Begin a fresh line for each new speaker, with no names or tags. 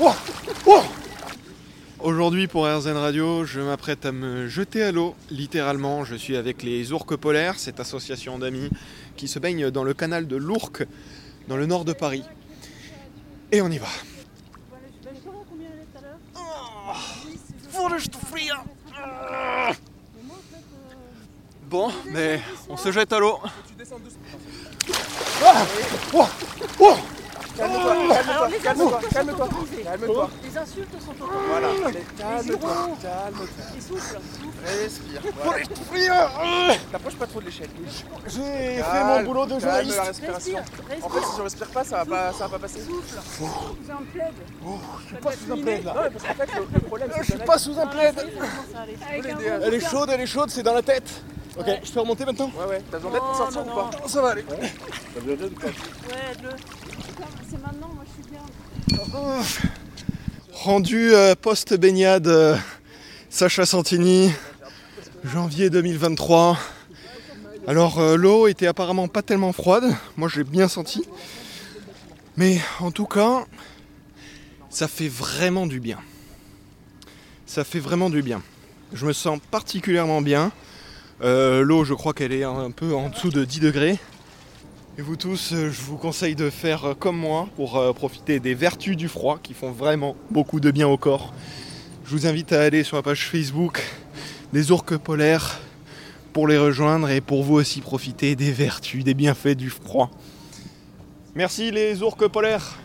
Oh Oh Aujourd'hui pour RZN Radio, je m'apprête à me jeter à l'eau, littéralement. Je suis avec les Ourques Polaires, cette association d'amis qui se baigne dans le canal de l'Ourcq, dans le nord de Paris. Et on y va. Bon, mais on se jette à l'eau. Ah Oh Oh
Calme-toi,
Oh. Alors,
calme-toi,
les
calme-toi,
insultes
calme-toi,
sont autorisées.
calme-toi.
Oh.
Les insultes sont autorisées.
Voilà,
Les
calme-toi,
irons.
calme-toi.
Les souffles.
Respire.
Oh,
Voilà.
les friands
T'approches pas trop de l'échelle.
hein. J'ai fait
Calme,
mon boulot de
calme
journaliste.
la respiration.
Respire,
En fait,
respire.
si je respire pas, ça va pas, ça va pas passer.
Souffle. Vous un plaid.
Je suis pas sous un plaid
Non,
là.
mais parce qu'en fait, le, le problème,
Je
c'est
suis
que
pas sous un
Ah,
plaid.
ça y est, ça commence à aller.
Avec un bon
Elle est chaude, elle est chaude, c'est dans la tête. Ok,
Ouais.
je peux remonter maintenant
Ouais, ouais, t'as besoin d'aide pour
Non,
sortir
Oh, non,
ou pas
non.
Ça va aller.
Ouais, le... C'est maintenant, moi je suis bien.
Ouf. Rendu euh, post-baignade euh, Sacha Santini, janvier 2023. Alors euh, l'eau était apparemment pas tellement froide, moi je l'ai bien senti. Mais en tout cas, ça fait vraiment du bien. Ça fait vraiment du bien. Je me sens particulièrement bien. Euh, l'eau, je crois qu'elle est un peu en dessous de 10 degrés. Et vous tous, euh, je vous conseille de faire euh, comme moi pour euh, profiter des vertus du froid qui font vraiment beaucoup de bien au corps. Je vous invite à aller sur la page Facebook des ourques polaires pour les rejoindre et pour vous aussi profiter des vertus, des bienfaits du froid. Merci les ourques polaires.